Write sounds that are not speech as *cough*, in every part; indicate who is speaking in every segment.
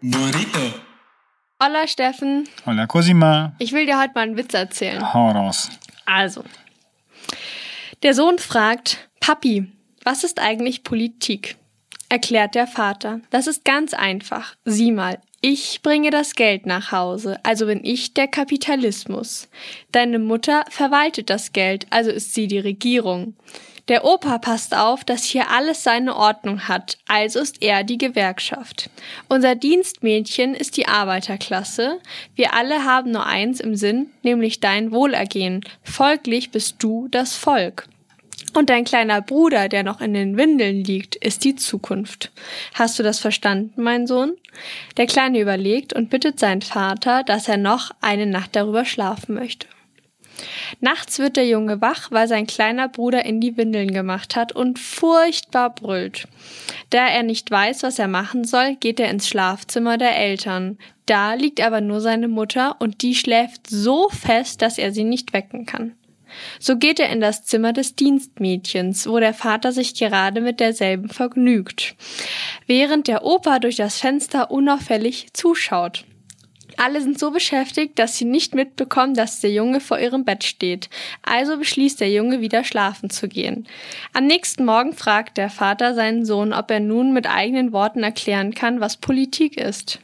Speaker 1: Burrito.
Speaker 2: Hola Steffen,
Speaker 3: Hola Cosima.
Speaker 2: ich will dir heute mal einen Witz erzählen.
Speaker 3: Hau raus.
Speaker 2: Also, der Sohn fragt, Papi, was ist eigentlich Politik? Erklärt der Vater, das ist ganz einfach. Sieh mal, ich bringe das Geld nach Hause, also bin ich der Kapitalismus. Deine Mutter verwaltet das Geld, also ist sie die Regierung. Der Opa passt auf, dass hier alles seine Ordnung hat, also ist er die Gewerkschaft. Unser Dienstmädchen ist die Arbeiterklasse. Wir alle haben nur eins im Sinn, nämlich dein Wohlergehen. Folglich bist du das Volk. Und dein kleiner Bruder, der noch in den Windeln liegt, ist die Zukunft. Hast du das verstanden, mein Sohn? Der Kleine überlegt und bittet seinen Vater, dass er noch eine Nacht darüber schlafen möchte. Nachts wird der Junge wach, weil sein kleiner Bruder in die Windeln gemacht hat und furchtbar brüllt. Da er nicht weiß, was er machen soll, geht er ins Schlafzimmer der Eltern. Da liegt aber nur seine Mutter und die schläft so fest, dass er sie nicht wecken kann. So geht er in das Zimmer des Dienstmädchens, wo der Vater sich gerade mit derselben vergnügt, während der Opa durch das Fenster unauffällig zuschaut. Alle sind so beschäftigt, dass sie nicht mitbekommen, dass der Junge vor ihrem Bett steht. Also beschließt der Junge wieder schlafen zu gehen. Am nächsten Morgen fragt der Vater seinen Sohn, ob er nun mit eigenen Worten erklären kann, was Politik ist.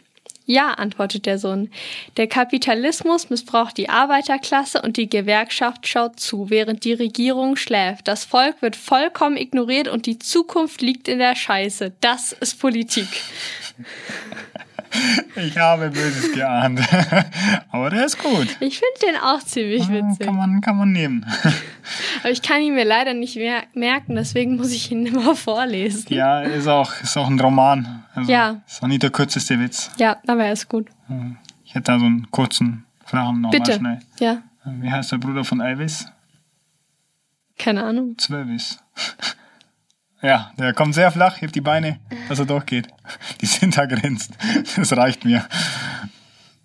Speaker 2: Ja, antwortet der Sohn. Der Kapitalismus missbraucht die Arbeiterklasse und die Gewerkschaft schaut zu, während die Regierung schläft. Das Volk wird vollkommen ignoriert und die Zukunft liegt in der Scheiße. Das ist Politik.
Speaker 3: Ich habe Böses geahnt. *laughs* Aber der ist gut.
Speaker 2: Ich finde den auch ziemlich witzig.
Speaker 3: Ah, Kann man, kann man nehmen.
Speaker 2: Aber ich kann ihn mir leider nicht mer merken, deswegen muss ich ihn *laughs* immer vorlesen.
Speaker 3: Ja, ist auch, ist auch ein Roman. Also,
Speaker 2: Ja.
Speaker 3: Ist auch nicht der kürzeste Witz.
Speaker 2: Ja, aber er ist gut.
Speaker 3: Ich hätte da so einen kurzen Fragen nochmal
Speaker 2: Bitte.
Speaker 3: schnell.
Speaker 2: Ja,
Speaker 3: Wie heißt der Bruder von Elvis?
Speaker 2: keine Ahnung.
Speaker 3: Zwölvis. *laughs* Ja, der kommt sehr flach, hebt die Beine, dass er durchgeht. *laughs* Die sind da grinst. Das reicht mir.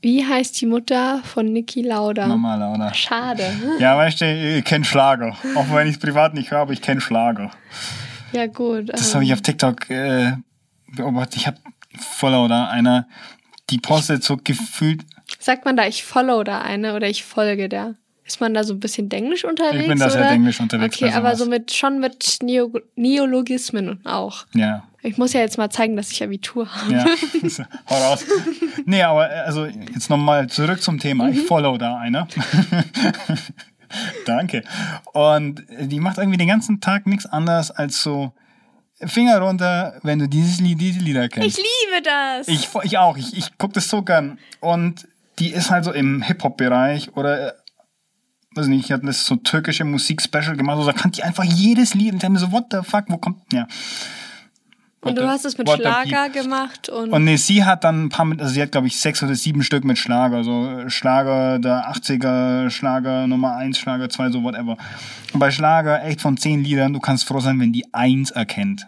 Speaker 2: Wie heißt die Mutter von Niki Lauda?
Speaker 3: Mama Laura.
Speaker 2: Schade.
Speaker 3: Ja, weißt du, ich kenne Schlager. Auch wenn ich es privat nicht höre, aber ich kenne Schlager.
Speaker 2: Ja, gut. Also,
Speaker 3: Das habe ich auf TikTok äh, beobachtet. Ich habe Follower da, einer, die postet so gefühlt,
Speaker 2: Sagt man da, ich follow da eine oder ich folge der? Ist man da so ein bisschen denglisch unterwegs?
Speaker 3: bin da sehr
Speaker 2: oder?
Speaker 3: denglisch unterwegs
Speaker 2: Okay,
Speaker 3: bei
Speaker 2: aber
Speaker 3: sowas.
Speaker 2: so mit, schon mit Neo Neologismen auch.
Speaker 3: ja,
Speaker 2: Ich muss ja jetzt mal zeigen, dass ich Abitur habe. *laughs*
Speaker 3: ja, So, hau raus. Nee, aber äh, also jetzt nochmal zurück zum Thema. Ich follow da einer. *laughs* Danke. Und äh, die macht irgendwie den ganzen Tag nichts anderes als so Finger runter, wenn du dieses Lied, diese Lieder
Speaker 2: Ich
Speaker 3: kennst.
Speaker 2: liebe das.
Speaker 3: Ich, ich auch, ich, ich gucke das so gern. Und die ist halt so im Hip-Hop-Bereich oder, äh, weiß nicht, ich hatte das so türkische Musik-Special gemacht, so, da kannte ich einfach jedes Lied und ich hab mir so, what the fuck, wo kommt, ja.
Speaker 2: und du hast es mit
Speaker 3: What the
Speaker 2: Schlager
Speaker 3: peep.
Speaker 2: gemacht und,
Speaker 3: Und nee, sie hat dann ein paar mit, also sie hat, glaube ich, sechs oder sieben Stück mit Schlager, so Schlager der 80er, Schlager Nummer 1, Schlager 2, so whatever. Und bei Schlager, echt von zehn Liedern, du kannst froh sein, wenn die eins erkennt.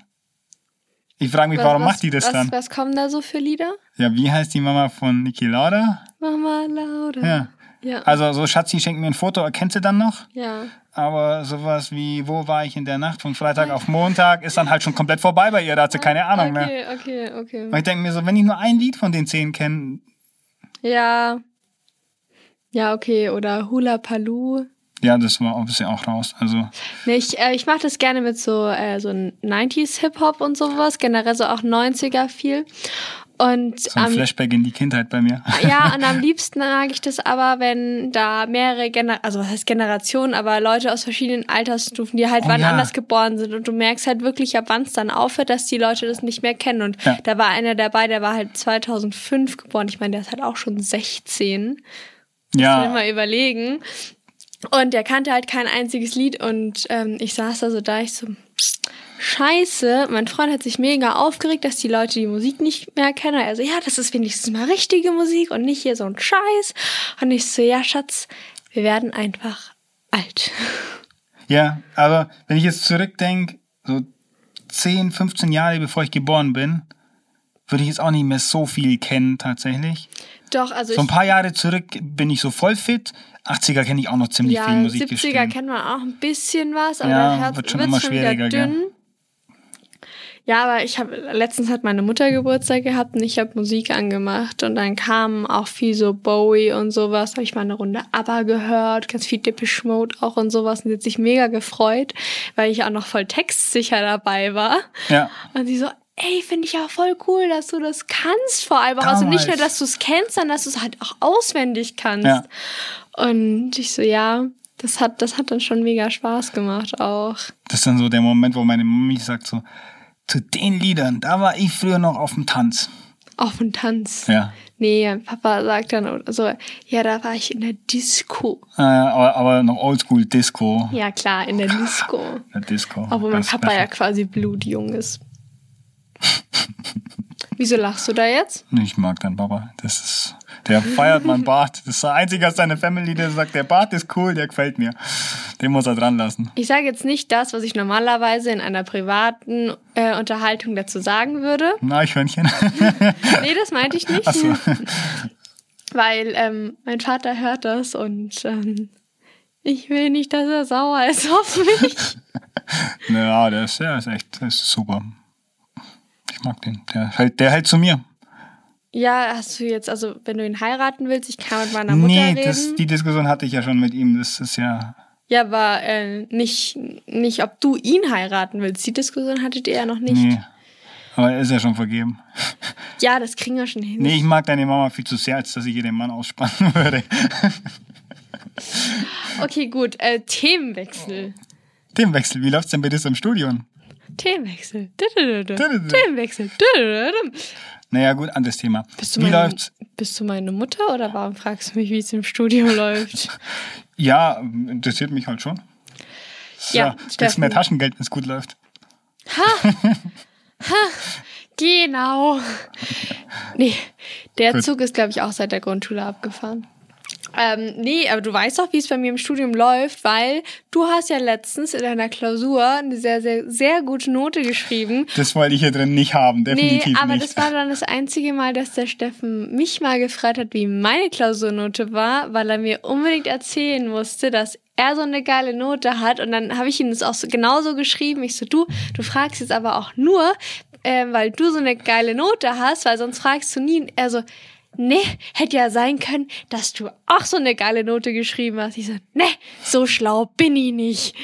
Speaker 3: Ich frage mich, warum
Speaker 2: was,
Speaker 3: macht die das
Speaker 2: was,
Speaker 3: dann?
Speaker 2: Was kommen da so für Lieder?
Speaker 3: Ja, wie heißt die Mama von Niki Lauda?
Speaker 2: Mama Lauda.
Speaker 3: Ja.
Speaker 2: Ja.
Speaker 3: Also so Schatzi, schenk mir ein Foto, erkennt sie dann noch?
Speaker 2: ja.
Speaker 3: Aber sowas wie, wo war ich in der Nacht von Freitag auf Montag, ist dann halt schon komplett vorbei bei ihr, da hat sie keine Ahnung mehr.
Speaker 2: Okay, okay, okay.
Speaker 3: Und ich denke mir so, wenn ich nur ein Lied von den zehn kenne,
Speaker 2: Ja. Ja, okay. Oder Hula Paloo.
Speaker 3: ja, das war obviously auch raus. Also,
Speaker 2: Nee, ich äh, ich mache das gerne mit so, äh, so 90s Hip-Hop und sowas, generell so auch 90er viel. Und
Speaker 3: so ein
Speaker 2: am-
Speaker 3: Flashback in die Kindheit
Speaker 2: *laughs*
Speaker 3: bei mir. *laughs*
Speaker 2: ja, und am liebsten mag ich das aber, wenn da mehrere Generationen, also was heißt Generationen, aber Leute aus verschiedenen Altersstufen, die halt
Speaker 3: Oh
Speaker 2: wann
Speaker 3: ja.
Speaker 2: anders geboren sind. Und du merkst halt wirklich, ab wann es dann aufhört, dass die Leute das nicht mehr kennen. Und
Speaker 3: Ja.
Speaker 2: da war einer dabei, der war halt 2005 geboren. Ich meine, der ist halt auch schon 16. Muss man
Speaker 3: ja,
Speaker 2: mal überlegen. Und der kannte halt kein einziges Lied und ähm, ich saß da so da, ich so, scheiße, mein Freund hat sich mega aufgeregt, dass die Leute die Musik nicht mehr kennen. Also ja, das ist wenigstens mal richtige Musik und nicht hier so ein Scheiß. Und ich so, ja, Schatz, wir werden einfach alt.
Speaker 3: ja, aber wenn ich jetzt zurückdenke, so 10, 15 Jahre bevor ich geboren bin, würde ich jetzt auch nicht mehr so viel kennen tatsächlich.
Speaker 2: Doch, also
Speaker 3: So ein
Speaker 2: ich,
Speaker 3: paar Jahre zurück bin ich so voll fit. 80er kenne ich auch noch ziemlich
Speaker 2: ja,
Speaker 3: viel Musik.
Speaker 2: 70er
Speaker 3: gespielt.
Speaker 2: kennt man auch ein bisschen was, aber
Speaker 3: Ja,
Speaker 2: dann hört
Speaker 3: wird
Speaker 2: es
Speaker 3: schon
Speaker 2: schon,
Speaker 3: immer
Speaker 2: schon wieder
Speaker 3: schwieriger, gell?
Speaker 2: dünn. Ja, aber ich habe letztens hat meine Mutter Geburtstag gehabt und ich habe Musik angemacht und dann kamen auch viel so Bowie und sowas, habe ich mal eine Runde ABBA gehört, ganz viel Depeche Mode auch und sowas und sie hat sich mega gefreut, weil ich auch noch voll textsicher dabei war.
Speaker 3: Ja.
Speaker 2: Und sie so Ey, finde ich ja voll cool, dass du das kannst vor allem. auch. Also
Speaker 3: Damals.
Speaker 2: nicht nur, dass du es kennst, sondern dass du es halt auch auswendig kannst.
Speaker 3: Ja.
Speaker 2: Und ich so, ja, das hat, das hat dann schon mega Spaß gemacht auch.
Speaker 3: Das ist dann so der Moment, wo meine Mami sagt so, zu den Liedern, da war ich früher noch auf dem Tanz.
Speaker 2: Auch von Tanz.
Speaker 3: Ja.
Speaker 2: Nee, mein Papa sagt dann oder so, ja, da war ich in der Disco.
Speaker 3: Äh, aber, aber noch Oldschool Disco.
Speaker 2: Ja, klar, in der
Speaker 3: *laughs*
Speaker 2: Disco.
Speaker 3: Ja, Disco.
Speaker 2: Obwohl mein
Speaker 3: Ganz
Speaker 2: Papa ja
Speaker 3: special.
Speaker 2: quasi blutjung ist. *laughs* Wieso lachst du da jetzt?
Speaker 3: Ich mag deinen Papa. Das ist. Der
Speaker 2: *laughs*
Speaker 3: feiert meinen Bart. Das ist der Einzige aus seiner Family, der sagt, der Bart ist cool, der gefällt mir. Den muss er dran lassen.
Speaker 2: Ich sage jetzt nicht das, was ich normalerweise in einer privaten äh, Unterhaltung dazu sagen
Speaker 3: *laughs*
Speaker 2: würde.
Speaker 3: Na, ich
Speaker 2: *laughs*
Speaker 3: Hörnchen.
Speaker 2: Nee, das meinte ich nicht. *laughs* Weil ähm, mein Vater hört das und ähm, ich will nicht, dass er sauer ist auf mich.
Speaker 3: *laughs* Ja, der ist, der ist echt der ist super. Ich mag den. Der hält, der hält zu mir.
Speaker 2: Ja, hast du jetzt, also wenn du ihn heiraten willst, ich kann mit meiner Mutter
Speaker 3: nee,
Speaker 2: reden.
Speaker 3: das, die Diskussion hatte ich ja schon mit ihm. Das ist ja.
Speaker 2: Ja, aber äh, nicht, nicht, ob du ihn heiraten willst. Die Diskussion hattet ihr ja noch nicht.
Speaker 3: Nee. Aber er ist ja schon vergeben.
Speaker 2: Ja, das kriegen wir schon hin.
Speaker 3: Nee, ich mag deine Mama viel zu sehr, als dass ich ihr den Mann ausspannen *laughs* würde.
Speaker 2: Okay, gut. Äh, Themenwechsel.
Speaker 3: Themenwechsel, wie läuft's denn bei dir so im Studium?
Speaker 2: Themenwechsel. Dü-dü-dü-dü.
Speaker 3: Dü-dü-dü.
Speaker 2: Themenwechsel. Dü-dü-dü-dü.
Speaker 3: Naja, gut, anderes Thema.
Speaker 2: Bist du,
Speaker 3: wie
Speaker 2: meine,
Speaker 3: läuft's?
Speaker 2: bist du meine Mutter oder warum fragst du mich, wie es im Studio läuft?
Speaker 3: Ja, interessiert mich halt schon.
Speaker 2: Ja,
Speaker 3: kriegst
Speaker 2: Steffen.
Speaker 3: mehr Taschengeld, wenn es gut läuft.
Speaker 2: *laughs* Genau. Nee, der
Speaker 3: Gut.
Speaker 2: Zug ist, glaube ich, auch seit der Grundschule abgefahren. Ähm, nee, aber du weißt doch, wie es bei mir im Studium läuft, weil du hast ja letztens in deiner Klausur eine sehr, sehr, sehr gute Note geschrieben.
Speaker 3: Das wollte ich hier drin nicht haben,
Speaker 2: Nee,
Speaker 3: definitiv
Speaker 2: aber
Speaker 3: nicht.
Speaker 2: das war dann das einzige Mal, dass der Steffen mich mal gefragt hat, wie meine Klausurnote war, weil er mir unbedingt erzählen musste, dass er so eine geile Note hat. Und dann habe ich ihm das auch so, genauso geschrieben. Ich so, du, du fragst jetzt aber auch nur, ähm, weil du so eine geile Note hast, weil sonst fragst du nie. Und er so, nee, hätte ja sein können, dass du auch so eine geile Note geschrieben hast. Ich so, nee, so schlau bin ich nicht.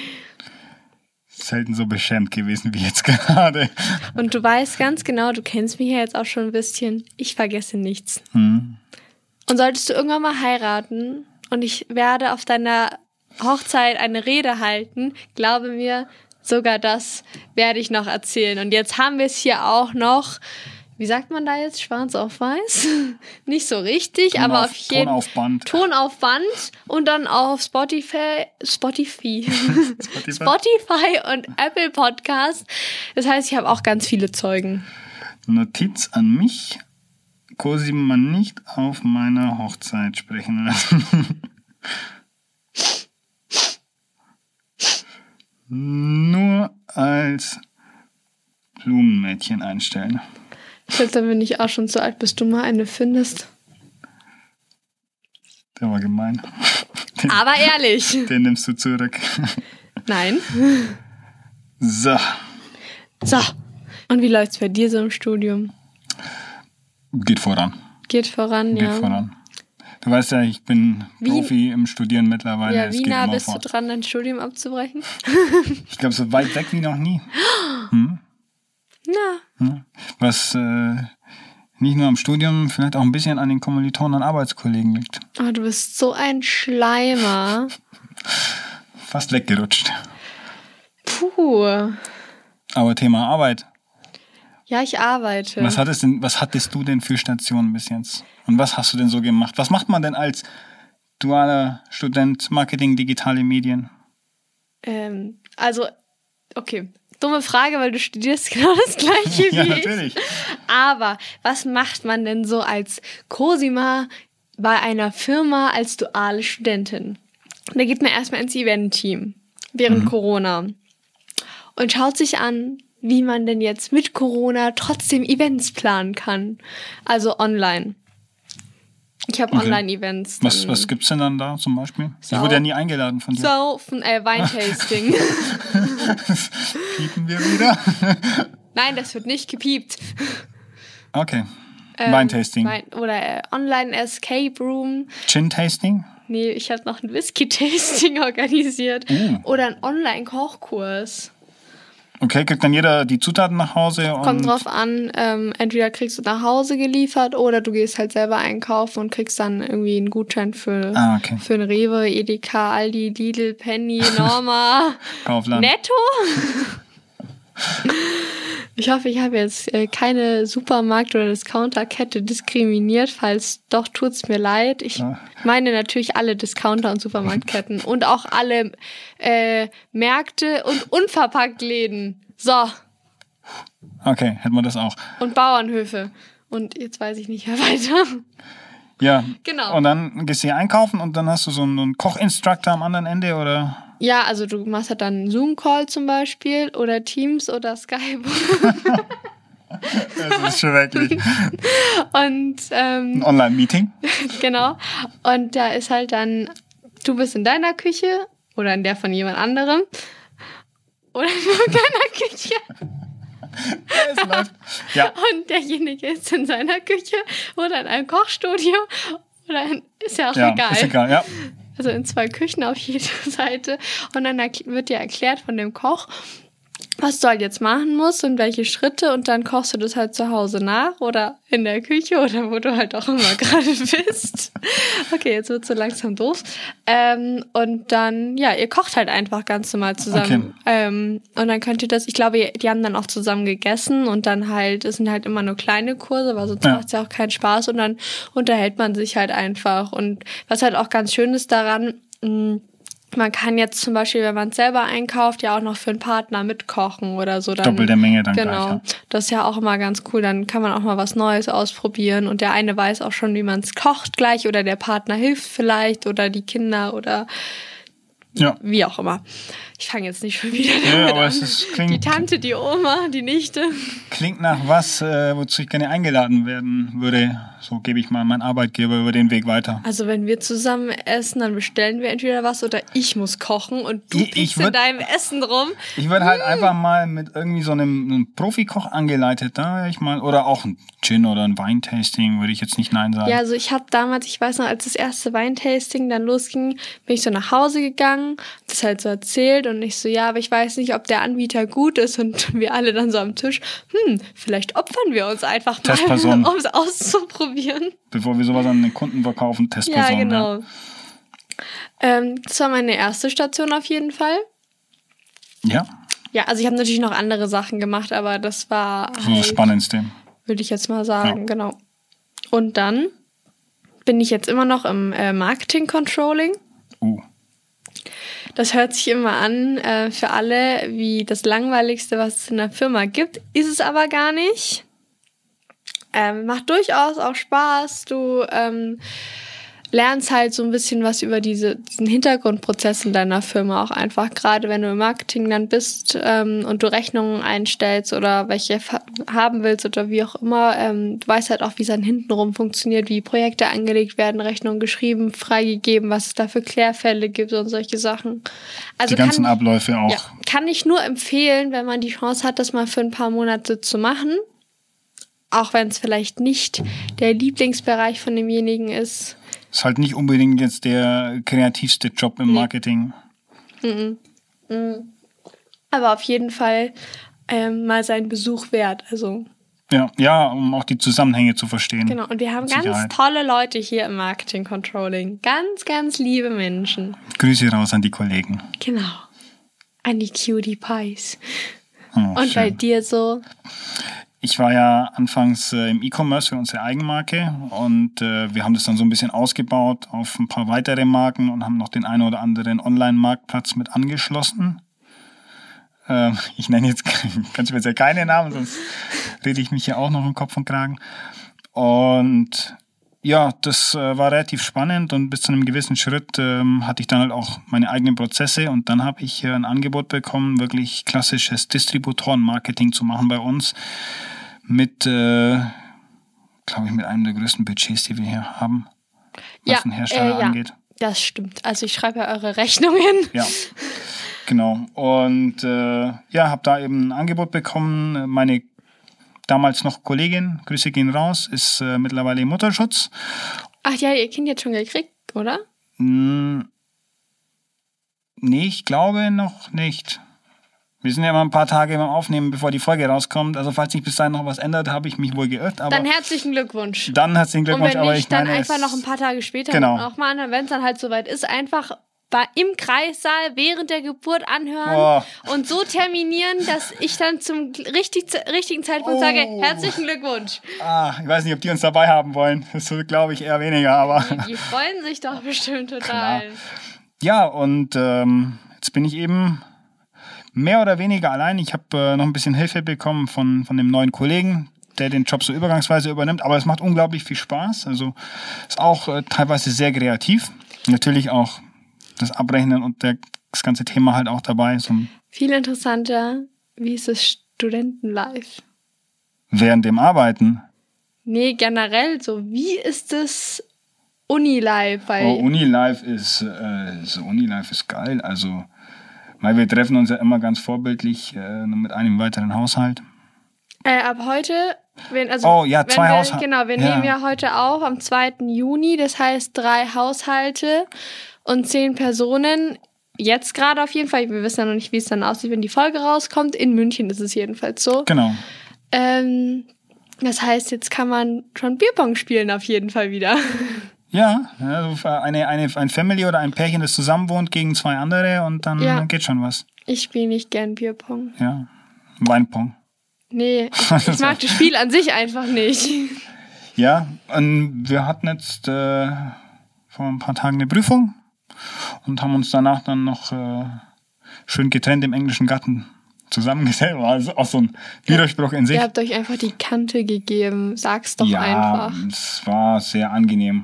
Speaker 3: Selten so beschämt gewesen wie jetzt *laughs* gerade.
Speaker 2: Und du weißt ganz genau, du kennst mich ja jetzt auch schon ein bisschen. Ich vergesse nichts.
Speaker 3: Hm.
Speaker 2: Und solltest du irgendwann mal heiraten und ich werde auf deiner Hochzeit eine Rede halten, glaube mir, sogar das werde ich noch erzählen. Und jetzt haben wir es hier auch noch. Wie sagt man da jetzt? Schwarz auf weiß? *laughs* Nicht so richtig,
Speaker 3: Ton
Speaker 2: aber
Speaker 3: auf-
Speaker 2: auf jeden
Speaker 3: Ton auf Band.
Speaker 2: Ton auf Band und dann auch auf Spotify. Spotify. Spotify und Apple Podcast. Das heißt, ich habe auch ganz viele Zeugen.
Speaker 3: Notiz an mich. Cosima nicht auf meiner Hochzeit sprechen lassen. *laughs* Nur als Blumenmädchen einstellen.
Speaker 2: Ich glaube, dann bin ich auch schon zu alt, bis du mal eine findest.
Speaker 3: Der war gemein. *laughs* Den,
Speaker 2: Aber ehrlich.
Speaker 3: den nimmst du zurück. *laughs*
Speaker 2: Nein.
Speaker 3: So.
Speaker 2: So. Und wie läuft's bei dir so im Studium?
Speaker 3: Geht voran.
Speaker 2: Geht voran,
Speaker 3: Geht
Speaker 2: ja.
Speaker 3: voran. Du weißt ja, ich bin
Speaker 2: Wie-
Speaker 3: Profi im Studieren mittlerweile.
Speaker 2: Ja,
Speaker 3: es
Speaker 2: wie
Speaker 3: geht
Speaker 2: nah
Speaker 3: immer
Speaker 2: bist
Speaker 3: fort.
Speaker 2: du dran, dein Studium abzubrechen?
Speaker 3: Ich glaube, so weit weg wie noch nie.
Speaker 2: Na,
Speaker 3: Was äh, nicht nur am Studium, vielleicht auch ein bisschen an den Kommilitonen und Arbeitskollegen liegt.
Speaker 2: oh, du bist so ein Schleimer.
Speaker 3: Fast weggerutscht.
Speaker 2: Puh.
Speaker 3: Aber Thema Arbeit.
Speaker 2: Ja, ich arbeite.
Speaker 3: Was, hattest denn, was hattest du denn für Stationen bis jetzt? Und was hast du denn so gemacht? Was macht man denn als dualer Student Marketing, digitale Medien?
Speaker 2: Ähm, also, okay. Dumme Frage, weil du studierst *laughs* genau das gleiche wie
Speaker 3: Ja,
Speaker 2: ich.
Speaker 3: natürlich.
Speaker 2: Aber was macht man denn so als Cosima bei einer Firma als duale Studentin? Da geht man erstmal ins Event-Team
Speaker 3: Mhm.
Speaker 2: während Corona und schaut sich an, wie man denn jetzt mit Corona trotzdem Events planen kann. Also online. Ich habe
Speaker 3: Okay.
Speaker 2: Online-Events.
Speaker 3: Was,
Speaker 2: dann
Speaker 3: was gibt's denn dann da zum Beispiel? Ich
Speaker 2: Sau.
Speaker 3: wurde ja nie eingeladen von dir. *laughs*
Speaker 2: Saufen, äh, Weintasting.
Speaker 3: Piepen wir wieder.
Speaker 2: Nein, das wird nicht gepiept.
Speaker 3: Okay.
Speaker 2: Ähm,
Speaker 3: Weintasting.
Speaker 2: Wein- oder äh, Online Escape Room.
Speaker 3: Gin-Tasting?
Speaker 2: Nee, ich habe noch ein Whisky-Tasting *laughs* organisiert.
Speaker 3: Mm.
Speaker 2: Oder einen Online-Kochkurs.
Speaker 3: Okay, kriegt dann jeder die Zutaten nach Hause und
Speaker 2: Kommt drauf an, ähm, entweder kriegst du nach Hause geliefert oder du gehst halt selber einkaufen und kriegst dann irgendwie einen Gutschein für,
Speaker 3: Ah, okay.
Speaker 2: für einen Rewe, Edeka, Aldi, Lidl,
Speaker 3: *laughs*
Speaker 2: Penny, Norma,
Speaker 3: Kaufland.
Speaker 2: Netto. *laughs* Ich hoffe, ich habe jetzt äh, keine Supermarkt- oder Discounterkette diskriminiert. Falls doch, tut's mir leid. Ich meine natürlich alle Discounter- und Supermarktketten und auch alle äh, Märkte und Unverpacktläden. So.
Speaker 3: Okay, hätten wir das auch.
Speaker 2: Und Bauernhöfe. Und jetzt weiß ich nicht mehr *laughs* weiter.
Speaker 3: Ja.
Speaker 2: Genau.
Speaker 3: Und dann gehst du hier einkaufen und dann hast du so einen, einen Kochinstructor am anderen Ende oder.
Speaker 2: Ja, also du machst halt dann einen Zoom-Call zum Beispiel oder Teams oder Skype. *laughs*
Speaker 3: Das ist schon wirklich.
Speaker 2: Und ähm,
Speaker 3: Ein Online-Meeting.
Speaker 2: *laughs* genau. Und da ist halt dann, du bist in deiner Küche oder in der von jemand anderem. Oder nur in *laughs* deiner Küche.
Speaker 3: Es läuft.
Speaker 2: *laughs*
Speaker 3: Ja.
Speaker 2: Und derjenige ist in seiner Küche oder in einem Kochstudio. Oder in, ist ja auch
Speaker 3: Ja,
Speaker 2: egal.
Speaker 3: ist egal, ja.
Speaker 2: also in zwei Küchen auf jeder *laughs* Seite. Und dann erkl- wird dir erklärt von dem Koch, was du halt jetzt machen musst und welche Schritte. Und dann kochst du das halt zu Hause nach oder in der Küche oder wo du halt auch immer *laughs* gerade bist. Okay, jetzt wird so langsam doof. Ähm, und dann, ja, ihr kocht halt einfach ganz normal zusammen. Ähm, und dann könnt ihr das, ich glaube, die haben dann auch zusammen gegessen und dann halt, es sind halt immer nur kleine Kurse, weil sonst
Speaker 3: Ja.
Speaker 2: macht es ja auch keinen Spaß und dann unterhält man sich halt einfach. Und was halt auch ganz schön ist daran, mh, man kann jetzt zum Beispiel, wenn man es selber einkauft, ja auch noch für einen Partner mitkochen oder so. Dann,
Speaker 3: Doppelte Menge dann gleich,
Speaker 2: Genau.
Speaker 3: ja.
Speaker 2: Das ist ja auch immer ganz cool. Dann kann man auch mal was Neues ausprobieren und der eine weiß auch schon, wie man es kocht gleich oder der Partner hilft vielleicht oder die Kinder oder
Speaker 3: Ja.
Speaker 2: wie auch immer. Ich fange jetzt nicht schon wieder damit
Speaker 3: Ja, aber
Speaker 2: an.
Speaker 3: es ist,
Speaker 2: die
Speaker 3: klingt,
Speaker 2: Tante, die Oma, die Nichte.
Speaker 3: klingt nach was, äh, wozu ich gerne eingeladen werden würde. So gebe ich mal meinen Arbeitgeber über den Weg weiter.
Speaker 2: Also wenn wir zusammen essen, dann bestellen wir entweder was oder ich muss kochen und du
Speaker 3: Ich- ich
Speaker 2: piekst in
Speaker 3: würd-
Speaker 2: deinem Essen rum.
Speaker 3: Ich würde halt
Speaker 2: Hm.
Speaker 3: einfach mal mit irgendwie so einem, einem Profikoch angeleitet, da ich mal, oder auch ein Gin oder ein Weintasting, würde ich jetzt nicht nein sagen.
Speaker 2: Ja, also ich habe damals, ich weiß noch, als das erste Weintasting dann losging, bin ich so nach Hause gegangen, das halt so erzählt und ich so, ja, aber ich weiß nicht, ob der Anbieter gut ist und *laughs* wir alle dann so am Tisch, hm, vielleicht opfern wir uns einfach
Speaker 3: Testperson.
Speaker 2: mal, *laughs* um es auszuprobieren.
Speaker 3: Bevor wir sowas an den Kunden verkaufen,
Speaker 2: Ja,
Speaker 3: Testpersonen. ne?
Speaker 2: genau. Ähm, das war meine erste Station auf jeden Fall.
Speaker 3: Ja,
Speaker 2: Ja, also ich habe natürlich noch andere Sachen gemacht, aber das war
Speaker 3: so das
Speaker 2: halt-
Speaker 3: Spannendste.
Speaker 2: würde ich jetzt mal sagen, genau. Und dann bin ich jetzt immer noch im äh, Marketing Controlling.
Speaker 3: Uh.
Speaker 2: Das hört sich immer an äh, für alle wie das langweiligste, was es in der Firma gibt. Ist es aber gar nicht. Ähm, macht durchaus auch Spaß. Du ähm, lernst halt so ein bisschen was über diese, diesen Hintergrundprozess in deiner Firma auch einfach. Gerade wenn du im Marketing dann bist ähm, und du Rechnungen einstellst oder welche fa- haben willst oder wie auch immer, ähm, du weißt halt auch, wie es dann hintenrum funktioniert, wie Projekte angelegt werden, Rechnungen geschrieben, freigegeben, was es da für Klärfälle gibt und solche Sachen. Also
Speaker 3: die ganzen
Speaker 2: kann,
Speaker 3: Abläufe auch.
Speaker 2: ja, kann ich nur empfehlen, wenn man die Chance hat, das mal für ein paar Monate zu machen. Auch wenn es vielleicht nicht der Lieblingsbereich von demjenigen ist.
Speaker 3: Ist halt nicht unbedingt jetzt der kreativste Job im Marketing.
Speaker 2: aber auf jeden Fall ähm, mal seinen Besuch wert. Also
Speaker 3: Ja, ja, um auch die Zusammenhänge zu verstehen.
Speaker 2: genau. Und wir haben
Speaker 3: Sicherheit.
Speaker 2: ganz tolle Leute hier im Marketing Controlling. Ganz, ganz liebe Menschen.
Speaker 3: Grüße raus an die Kollegen.
Speaker 2: Genau. An die Cutie Pies.
Speaker 3: Oh,
Speaker 2: Und bei
Speaker 3: schön.
Speaker 2: dir so.
Speaker 3: Ich war ja anfangs äh, im E-Commerce für unsere Eigenmarke und äh, wir haben das dann so ein bisschen ausgebaut auf ein paar weitere Marken und haben noch den einen oder anderen Online-Marktplatz mit angeschlossen. Ähm, *laughs* ich nenne jetzt ganz speziell keine Namen, sonst rede ich mich ja auch noch im Kopf und Kragen. Und ja, das äh, war relativ spannend und bis zu einem gewissen Schritt ähm, hatte ich dann halt auch meine eigenen Prozesse und dann habe ich äh, ein Angebot bekommen, wirklich klassisches Distributoren-Marketing zu machen bei uns mit, äh, glaube ich, mit einem der größten Budgets, die wir hier haben, was den Hersteller
Speaker 2: äh, ja.
Speaker 3: angeht.
Speaker 2: Das stimmt. Also ich schreibe ja eure *laughs* Rechnungen.
Speaker 3: Ja. Genau. Und äh, ja, habe da eben ein Angebot bekommen. Meine damals noch Kollegin, Grüße gehen raus, ist äh, mittlerweile im Mutterschutz.
Speaker 2: Ach ja, ihr Kind jetzt schon gekriegt, oder?
Speaker 3: Hm, nee, ich glaube noch nicht. Wir sind ja immer ein paar Tage immer Aufnehmen, bevor die Folge rauskommt. Also falls sich bis dahin noch was ändert, habe ich mich wohl geirrt. Aber
Speaker 2: Dann herzlichen Glückwunsch.
Speaker 3: dann herzlichen
Speaker 2: Und
Speaker 3: Glückwunsch.
Speaker 2: wenn
Speaker 3: Aber
Speaker 2: nicht,
Speaker 3: ich
Speaker 2: dann
Speaker 3: meine,
Speaker 2: einfach
Speaker 3: es-
Speaker 2: noch ein paar Tage später
Speaker 3: Genau.
Speaker 2: nochmal, wenn es dann halt soweit ist, einfach bei, im Kreissaal während der Geburt anhören
Speaker 3: Boah.
Speaker 2: und so terminieren, dass ich dann zum richtig, richtigen Zeitpunkt
Speaker 3: Oh.
Speaker 2: sage, herzlichen Glückwunsch.
Speaker 3: Ah, ich weiß nicht, ob die uns dabei haben wollen. Das wird, glaube ich, eher weniger. Aber *laughs*
Speaker 2: Die freuen sich doch bestimmt total.
Speaker 3: ja, und ähm, jetzt bin ich eben mehr oder weniger allein. Ich habe äh, noch ein bisschen Hilfe bekommen von, von dem neuen Kollegen, der den Job so übergangsweise übernimmt. Aber es macht unglaublich viel Spaß. Also ist auch äh, teilweise sehr kreativ. Natürlich auch das Abrechnen und der, das ganze Thema halt auch dabei. So ein-
Speaker 2: Viel interessanter, wie ist das Studentenlife?
Speaker 3: während dem Arbeiten.
Speaker 2: Nee, generell so, wie ist das Uni-Life? Weil
Speaker 3: Oh, Unilife ist, äh, so Unilife ist geil. Also, weil wir treffen uns ja immer ganz vorbildlich äh, mit einem weiteren Haushalt.
Speaker 2: Äh, ab heute, wenn, also,
Speaker 3: Oh, ja,
Speaker 2: wenn
Speaker 3: zwei
Speaker 2: wir,
Speaker 3: Hausha-
Speaker 2: Genau, wir
Speaker 3: ja.
Speaker 2: nehmen ja heute auf am 2. Juni, das heißt drei Haushalte und zehn Personen. Jetzt gerade auf jeden Fall, wir wissen ja noch nicht, wie es dann aussieht, wenn die Folge rauskommt. In München ist es jedenfalls so.
Speaker 3: Genau.
Speaker 2: Ähm, das heißt, jetzt kann man schon Bierpong spielen auf jeden Fall wieder. *laughs*
Speaker 3: Ja, also eine, eine, ein Family oder ein Pärchen, das zusammenwohnt gegen zwei andere und dann
Speaker 2: Ja.
Speaker 3: geht schon was.
Speaker 2: Ich spiele nicht gern Bierpong.
Speaker 3: Ja. Weinpong.
Speaker 2: Nee,
Speaker 3: *laughs*
Speaker 2: ich, ich mag das Spiel an sich einfach nicht.
Speaker 3: Ja, und wir hatten jetzt äh, vor ein paar Tagen eine Prüfung und haben uns danach dann noch äh, schön getrennt im englischen Garten zusammengesetzt. War also auch so ein Widerspruch in sich.
Speaker 2: Ihr habt euch einfach die Kante gegeben. Sag's doch
Speaker 3: ja,
Speaker 2: einfach.
Speaker 3: es war sehr angenehm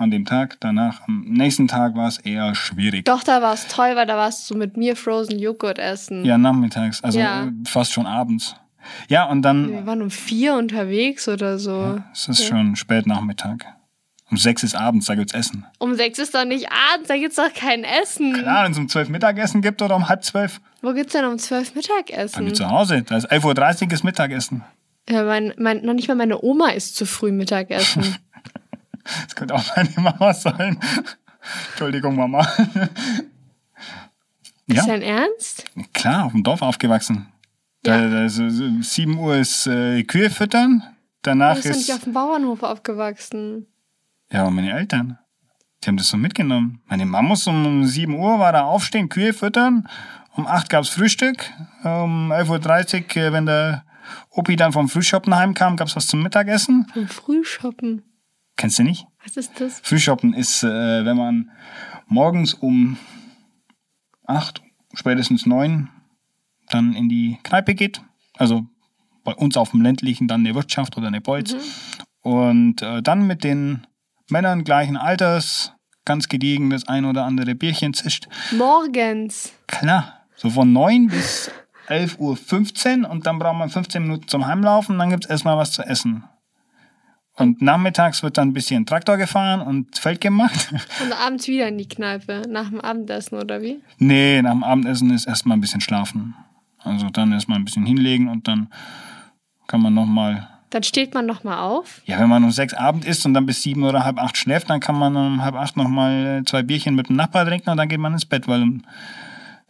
Speaker 3: an dem Tag. Danach, am nächsten Tag war es eher schwierig.
Speaker 2: Doch, da war es toll, weil da warst du mit mir Frozen Joghurt essen.
Speaker 3: Ja, nachmittags, also
Speaker 2: Ja.
Speaker 3: äh, fast schon abends. Ja, und dann
Speaker 2: Wir waren um vier unterwegs oder so.
Speaker 3: es ist schon spät Nachmittag. Um sechs ist abends, da gibt's Essen.
Speaker 2: Um sechs ist doch nicht abends, da gibt's doch kein Essen.
Speaker 3: Klar, wenn es um zwölf Mittagessen gibt oder um halb zwölf,
Speaker 2: Wo gibt's denn um zwölf
Speaker 3: bei mir
Speaker 2: Mittagessen?
Speaker 3: zu Hause. Da ist 11.30 Uhr ist Mittagessen.
Speaker 2: Ja, mein, mein, noch nicht mal meine Oma isst zu früh
Speaker 3: *laughs*
Speaker 2: Mittagessen.
Speaker 3: Das könnte auch *laughs* meine Mama sein. Entschuldigung, Mama. *laughs* Ja.
Speaker 2: Ist dein Ernst?
Speaker 3: Klar, auf dem Dorf aufgewachsen. Da,
Speaker 2: Ja.
Speaker 3: da ist, äh, 7 Uhr ist äh, Kühe füttern,
Speaker 2: Du
Speaker 3: danach
Speaker 2: bist doch
Speaker 3: ist.
Speaker 2: nicht auf dem Bauernhof aufgewachsen.
Speaker 3: Ja, aber meine Eltern. Die haben das so mitgenommen. Meine Mama muss um 7 Uhr war da aufstehen, Kühe füttern. Um 8 gab's Frühstück. Um 11.30 Uhr, äh, wenn der Opi dann vom Frühshoppen heimkam, gab's was zum Mittagessen.
Speaker 2: Vom Frühschoppen.
Speaker 3: Kennst du nicht?
Speaker 2: Was ist das?
Speaker 3: Frühshoppen ist, äh, wenn man morgens um 8, spätestens 9 dann in die Kneipe geht. Also bei uns auf dem ländlichen dann eine Wirtschaft oder eine Bolz. Und äh, dann mit den Männern gleichen Alters ganz gediegen das ein oder andere Bierchen zischt.
Speaker 2: Morgens.
Speaker 3: Klar, so von 9 bis 11.15 Uhr und dann braucht man 15 Minuten zum Heimlaufen, dann gibt es erstmal was zu essen. Und nachmittags wird dann ein bisschen Traktor gefahren und Feld gemacht. *laughs*
Speaker 2: Und abends wieder in die Kneipe. Nach dem Abendessen oder wie?
Speaker 3: Nee, nach dem Abendessen ist erstmal ein bisschen schlafen. Also dann erstmal ein bisschen hinlegen und dann kann man nochmal.
Speaker 2: Dann steht man nochmal auf.
Speaker 3: Ja, wenn man um sechs Abend isst und dann bis sieben oder halb acht schläft, dann kann man um halb acht nochmal zwei Bierchen mit dem Nachbar trinken und dann geht man ins Bett, weil um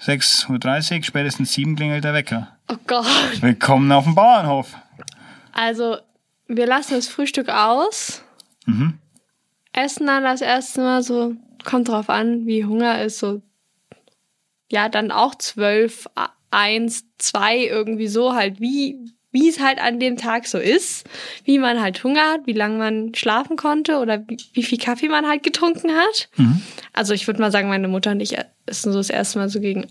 Speaker 3: 6.30 Uhr, spätestens sieben klingelt der Wecker.
Speaker 2: Oh Gott.
Speaker 3: Willkommen auf dem Bauernhof.
Speaker 2: Also, wir lassen das Frühstück aus. Essen dann das erste Mal so, kommt drauf an, wie Hunger ist, so, ja, dann auch zwölf, a- eins, zwei, irgendwie so halt, wie, wie es halt an dem Tag so ist, wie man halt Hunger hat, wie lange man schlafen konnte oder wie, wie viel Kaffee man halt getrunken hat. Also, ich würde mal sagen, meine Mutter und ich essen so das erste Mal so gegen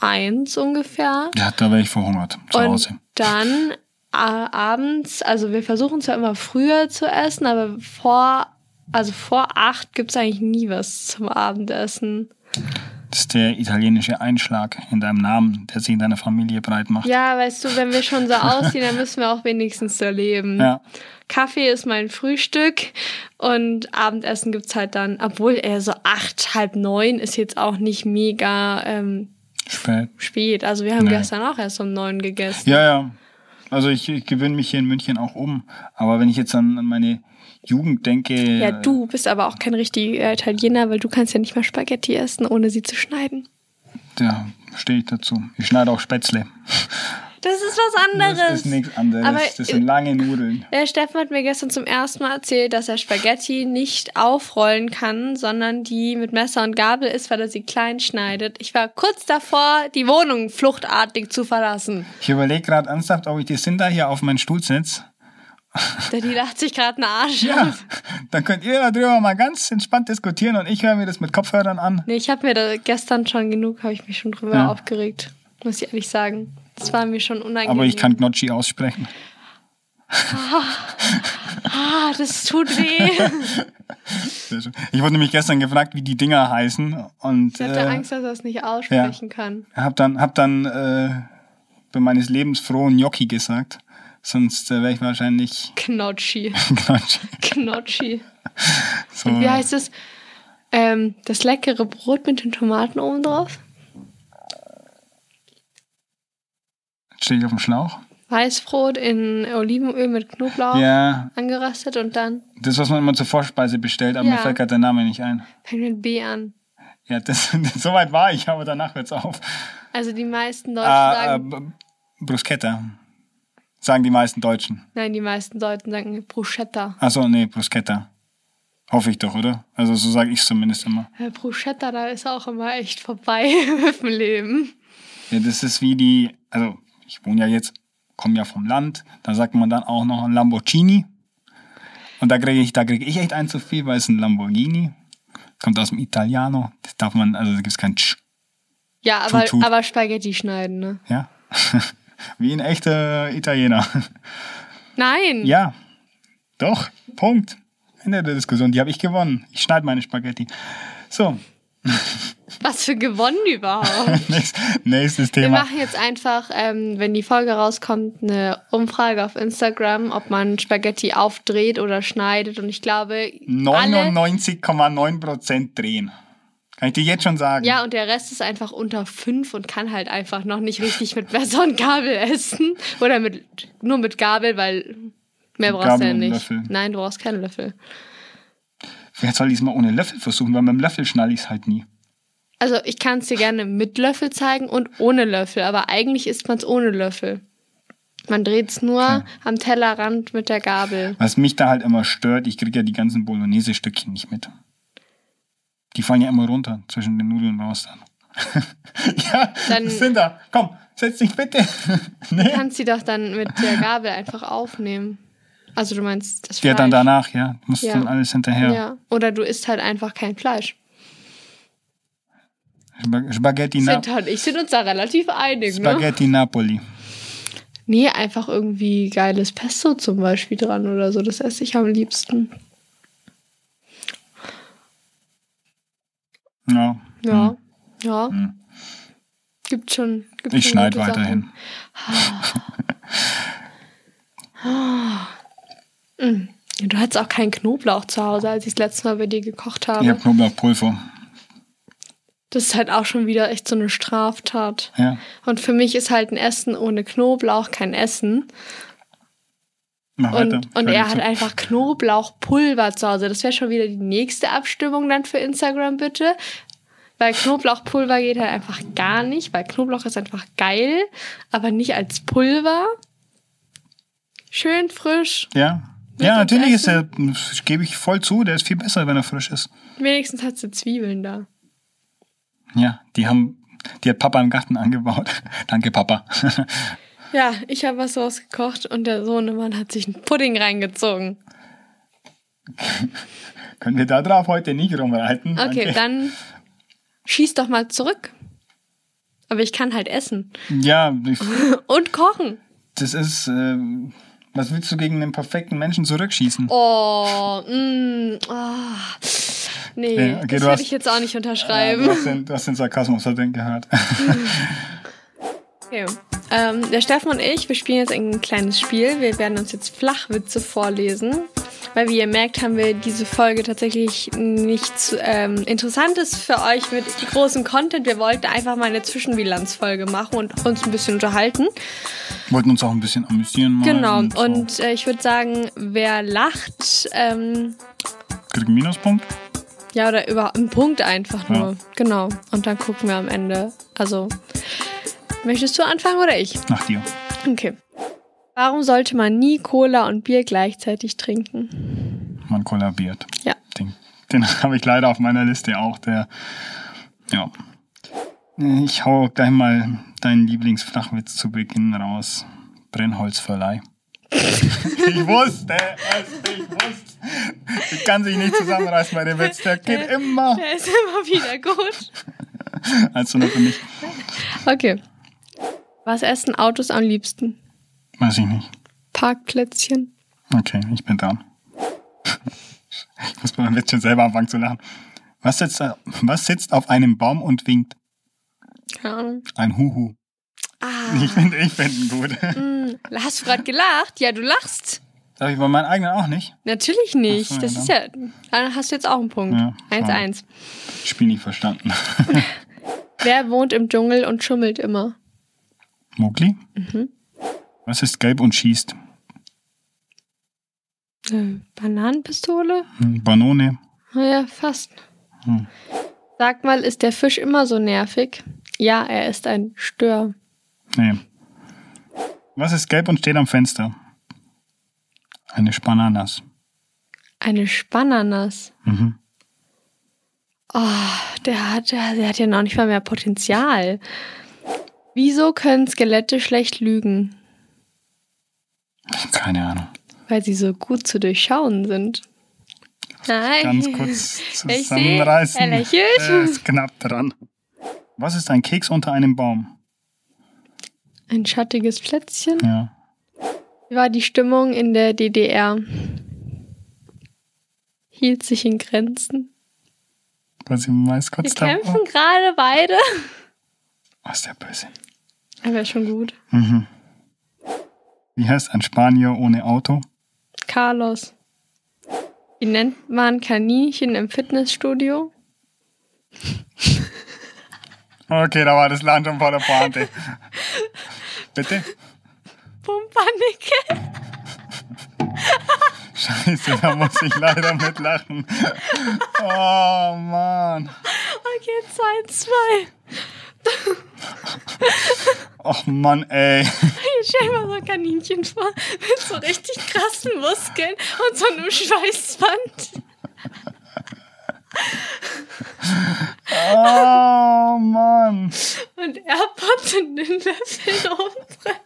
Speaker 2: eins ungefähr.
Speaker 3: Ja, da wäre ich verhungert zu
Speaker 2: Und
Speaker 3: Hause.
Speaker 2: dann a- abends, also wir versuchen zwar immer früher zu essen, aber vor, also vor acht gibt's eigentlich nie was zum Abendessen.
Speaker 3: Das ist der italienische Einschlag in deinem Namen, der sich in deiner Familie breit macht.
Speaker 2: Ja, weißt du, wenn wir schon
Speaker 3: *laughs*
Speaker 2: so aussehen, dann müssen wir auch wenigstens so leben.
Speaker 3: Ja.
Speaker 2: Kaffee ist mein Frühstück und Abendessen gibt's halt dann, obwohl er so acht, halb neun ist jetzt auch nicht mega ähm,
Speaker 3: Spät.
Speaker 2: Spät. Also wir haben
Speaker 3: Nee.
Speaker 2: gestern auch erst um neun gegessen.
Speaker 3: Ja, ja. Also ich, ich gewöhne mich hier in München auch um. Aber wenn ich jetzt an, an meine Jugend denke.
Speaker 2: Ja, du bist aber auch kein richtiger Italiener, weil du kannst ja nicht mal Spaghetti essen, ohne sie zu schneiden.
Speaker 3: Ja, stehe ich dazu. Ich schneide auch Spätzle.
Speaker 2: Das ist was anderes.
Speaker 3: Das ist nichts anderes.
Speaker 2: Aber äh,
Speaker 3: das sind lange Nudeln.
Speaker 2: Der Steffen hat mir gestern zum ersten Mal erzählt, dass er Spaghetti nicht aufrollen kann, sondern die mit Messer und Gabel isst, weil er sie klein schneidet. Ich war kurz davor, die Wohnung fluchtartig zu verlassen.
Speaker 3: Ich überlege gerade ernsthaft, ob ich die Cinder hier auf meinen Stuhl setze. *laughs*
Speaker 2: Der die lacht sich gerade einen Arsch.
Speaker 3: Ja, dann könnt ihr darüber mal ganz entspannt diskutieren und ich höre mir das mit Kopfhörern an.
Speaker 2: Nee, ich habe mir da gestern schon genug, habe ich mich schon drüber
Speaker 3: Ja.
Speaker 2: aufgeregt. Muss ich ehrlich sagen. Das war mir schon unangenehm.
Speaker 3: Aber ich kann Gnocchi aussprechen.
Speaker 2: Ah, das tut weh.
Speaker 3: Sehr schön. Ich wurde nämlich gestern gefragt, wie die Dinger heißen und
Speaker 2: Ich hatte
Speaker 3: äh,
Speaker 2: Angst, dass er es nicht aussprechen kann.
Speaker 3: hab dann, hab dann äh, bei meines Lebens frohen Gnocchi gesagt. Sonst äh, wäre ich wahrscheinlich *laughs*
Speaker 2: Knotschi.
Speaker 3: Gnocchi.
Speaker 2: Knotschi.
Speaker 3: So.
Speaker 2: Wie heißt es? Ähm, das leckere Brot mit den Tomaten oben drauf?
Speaker 3: Stehe ich auf dem Schlauch?
Speaker 2: Weißbrot in Olivenöl mit Knoblauch
Speaker 3: Ja,
Speaker 2: angerastet und dann
Speaker 3: das, was man immer zur Vorspeise bestellt, aber
Speaker 2: Ja.
Speaker 3: mir fällt gerade der Name nicht ein.
Speaker 2: fängt mit B an.
Speaker 3: Ja, das, *laughs* soweit war ich, aber danach hört's auf.
Speaker 2: Also die meisten
Speaker 3: Äh,
Speaker 2: Deutschen
Speaker 3: äh,
Speaker 2: sagen,
Speaker 3: B- Bruschetta. Sagen die meisten Deutschen.
Speaker 2: nein, die meisten Deutschen sagen Bruschetta.
Speaker 3: Achso, nee, Bruschetta. Hoffe ich doch, oder? Also so sage ich es zumindest immer.
Speaker 2: Äh, Bruschetta, da ist auch immer echt vorbei *laughs* im Leben.
Speaker 3: Ja, das ist wie die, also ich wohne ja jetzt, komme ja vom Land, da sagt man dann auch noch ein Lamborghini. Und da kriege ich, da kriege ich echt ein zu viel, weil es ein Lamborghini kommt aus dem Italiano. Das darf man, also da gibt es kein Tsch,
Speaker 2: Ja, aber,
Speaker 3: Tut, tut.
Speaker 2: aber Spaghetti schneiden, ne?
Speaker 3: ja? *laughs* wie ein echter Italiener. *laughs*
Speaker 2: Nein!
Speaker 3: Ja, doch, Punkt. Ende der Diskussion, die habe ich gewonnen. Ich schneide meine Spaghetti. So, *laughs*
Speaker 2: Was für gewonnen überhaupt?
Speaker 3: nächstes, nächstes
Speaker 2: Wir
Speaker 3: Thema.
Speaker 2: machen jetzt einfach, ähm, wenn die Folge rauskommt, eine Umfrage auf Instagram, ob man Spaghetti aufdreht oder schneidet. Und ich glaube, alle,
Speaker 3: 99,9% drehen. Kann ich dir jetzt schon sagen.
Speaker 2: ja, und der Rest ist einfach unter fünf und kann halt einfach noch nicht richtig mit Messer und Gabel *laughs* essen. Oder mit, nur mit Gabel, weil mehr brauchst du
Speaker 3: Gabel
Speaker 2: ja
Speaker 3: und
Speaker 2: nicht.
Speaker 3: Löffel.
Speaker 2: Nein, du brauchst keinen Löffel.
Speaker 3: Jetzt soll ich es mal ohne Löffel versuchen, weil mit dem Löffel schnalle ich es halt nie.
Speaker 2: Also ich kann es dir gerne mit Löffel zeigen und ohne Löffel, aber eigentlich isst man es ohne Löffel. Man dreht es nur am Tellerrand mit der Gabel.
Speaker 3: Was mich da halt immer stört, ich kriege ja die ganzen Bolognese-Stückchen nicht mit. Die fallen ja immer runter zwischen den Nudeln raus dann. *laughs* ja,
Speaker 2: Dann-
Speaker 3: sind da. Komm, setz dich bitte. *laughs* nee.
Speaker 2: *laughs* kannst sie doch dann mit der Gabel einfach aufnehmen. Also du meinst das Fleisch.
Speaker 3: Ja, dann danach, ja. Musst
Speaker 2: Ja.
Speaker 3: dann alles hinterher.
Speaker 2: Ja. Oder du isst halt einfach kein Fleisch.
Speaker 3: Spag- Spaghetti, Na
Speaker 2: Sind halt, ich sind uns da relativ einig, ne?
Speaker 3: Genau. Spaghetti Napoli.
Speaker 2: Nee, einfach irgendwie geiles Pesto zum Beispiel dran oder so. Das esse ich am liebsten.
Speaker 3: Ja. Hm.
Speaker 2: Ja. Ja. Gibt schon. Gibt
Speaker 3: Ich
Speaker 2: schon
Speaker 3: schneide
Speaker 2: gute Sachen.
Speaker 3: weiterhin.
Speaker 2: Du hattest auch keinen Knoblauch zu Hause, als ich das letzte Mal bei dir gekocht habe.
Speaker 3: Ich habe Knoblauchpulver.
Speaker 2: Das ist halt auch schon wieder echt so eine Straftat.
Speaker 3: Ja.
Speaker 2: Und für mich ist halt ein Essen ohne Knoblauch kein Essen.
Speaker 3: Mach weiter.
Speaker 2: Und, und
Speaker 3: Hör dir
Speaker 2: er hat
Speaker 3: zu.
Speaker 2: einfach Knoblauchpulver zu Hause. Das wäre schon wieder die nächste Abstimmung dann für Instagram, bitte. Weil Knoblauchpulver geht halt einfach gar nicht, weil Knoblauch ist einfach geil, aber nicht als Pulver. Schön frisch.
Speaker 3: Ja.
Speaker 2: Mit
Speaker 3: Ja,
Speaker 2: uns
Speaker 3: natürlich ist er, das gebe ich voll zu, der ist viel besser, wenn er frisch ist.
Speaker 2: Wenigstens hat sie Zwiebeln da.
Speaker 3: Ja, die haben, die hat Papa im Garten angebaut. *laughs* Danke, Papa.
Speaker 2: Ja, ich habe was rausgekocht und der Sohnemann hat sich einen Pudding reingezogen.
Speaker 3: Können wir da drauf heute nicht rumreiten?
Speaker 2: Okay,
Speaker 3: Danke.
Speaker 2: dann schieß doch mal zurück. Aber ich kann halt essen
Speaker 3: Ja, ich-
Speaker 2: und kochen.
Speaker 3: das ist, äh, was willst du gegen einen perfekten Menschen zurückschießen?
Speaker 2: Oh, mm, ah. nee,
Speaker 3: Nee, okay,
Speaker 2: das
Speaker 3: du
Speaker 2: würde
Speaker 3: hast-
Speaker 2: ich jetzt auch nicht
Speaker 3: Ja,
Speaker 2: ähm. unterschreiben.
Speaker 3: du, hast den, du hast den Sarkasmus, hat den gehört.
Speaker 2: Okay. Ähm, der Steffen und ich, wir spielen jetzt ein kleines Spiel. Wir werden uns jetzt Flachwitze vorlesen. Weil wie ihr merkt, haben wir diese Folge tatsächlich nichts ähm, Interessantes für euch mit großem Content. Wir wollten einfach mal eine Zwischenbilanzfolge machen und uns ein bisschen unterhalten.
Speaker 3: *laughs* Wollten uns auch ein bisschen amüsieren. Mal
Speaker 2: Genau.
Speaker 3: Und, so.
Speaker 2: Und äh, ich würde sagen, wer lacht, ähm,
Speaker 3: Kriegt einen Minuspunkt.
Speaker 2: ja, oder über einen Punkt einfach nur.
Speaker 3: Ja.
Speaker 2: Genau. Und dann gucken wir am Ende. Also, möchtest du anfangen oder ich?
Speaker 3: Nach dir.
Speaker 2: Okay. Warum sollte man nie Cola und Bier gleichzeitig trinken?
Speaker 3: Man kollabiert.
Speaker 2: Ja.
Speaker 3: Den, den *laughs* habe ich leider auf meiner Liste auch. Der, ja. Ich hau gleich mal deinen Lieblingsflachwitz zu Beginn raus. Brennholzverleih. ich wusste es, ich wusste. Ich kann sich nicht zusammenreißen bei dem Witz. Der geht immer.
Speaker 2: Der ist immer wieder gut.
Speaker 3: Also nur für mich.
Speaker 2: Okay. Was essen Autos am liebsten?
Speaker 3: Weiß ich nicht.
Speaker 2: Parkplätzchen.
Speaker 3: Okay, ich bin dran. *laughs* Ich muss beim Witz schon selber anfangen zu lachen. Was sitzt, da- was sitzt auf einem Baum und winkt?
Speaker 2: Keine Ahnung.
Speaker 3: Ein Huhu.
Speaker 2: Ah, Hm.
Speaker 3: Ich finde ich find ihn gut.
Speaker 2: hast du gerade gelacht? Ja, du lachst.
Speaker 3: Darf ich bei meinen eigenen auch nicht?
Speaker 2: Natürlich nicht.
Speaker 3: Ach so,
Speaker 2: das
Speaker 3: ja,
Speaker 2: ist ja. Dann hast du jetzt auch einen Punkt.
Speaker 3: Ja,
Speaker 2: 1-1.
Speaker 3: Spiel nicht verstanden.
Speaker 2: Wer wohnt im Dschungel und schummelt immer?
Speaker 3: Mowgli?
Speaker 2: Mhm.
Speaker 3: Was ist gelb und schießt?
Speaker 2: Äh, Bananenpistole?
Speaker 3: Hm, Banone?
Speaker 2: Naja, fast.
Speaker 3: Hm.
Speaker 2: Sag mal, ist der Fisch immer so nervig? Ja, er ist ein Stör.
Speaker 3: Nee. Was ist gelb und steht am Fenster? Eine Spananas.
Speaker 2: Eine Spananas. Ah,
Speaker 3: Mhm.
Speaker 2: Der hat, der, der hat ja noch nicht mal mehr Potenzial. Wieso können Skelette schlecht lügen?
Speaker 3: Keine Ahnung.
Speaker 2: Weil sie so gut zu durchschauen sind. Nein. *laughs*
Speaker 3: Ganz kurz
Speaker 2: Ich
Speaker 3: zusammenreißen.
Speaker 2: seh, er lächelt.
Speaker 3: Äh, ist knapp dran. Was ist ein Keks unter einem Baum?
Speaker 2: Ein schattiges Plätzchen.
Speaker 3: Ja.
Speaker 2: Wie war die Stimmung in der DDR? Hielt sich in Grenzen.
Speaker 3: Was ich meist kurz
Speaker 2: Wir
Speaker 3: da.
Speaker 2: kämpfen gerade beide. *laughs*
Speaker 3: Oh, ist der böse.
Speaker 2: Aber ist schon gut.
Speaker 3: Mhm. Wie heißt ein Spanier ohne Auto?
Speaker 2: Carlos. Wie nennt man Kaninchen im Fitnessstudio?
Speaker 3: Okay, da war das Land schon vor
Speaker 2: *laughs*
Speaker 3: der Pointe. Bitte?
Speaker 2: Pumpernickel.
Speaker 3: Scheiße, da muss ich leider mitlachen. Oh Mann.
Speaker 2: Okay, 2, 2.
Speaker 3: Och Mann, ey.
Speaker 2: Ich stell mir so ein Kaninchen vor mit so richtig krassen Muskeln und so einem Schweißband.
Speaker 3: Oh Mann.
Speaker 2: Und er poppt in den Löffel oben rein.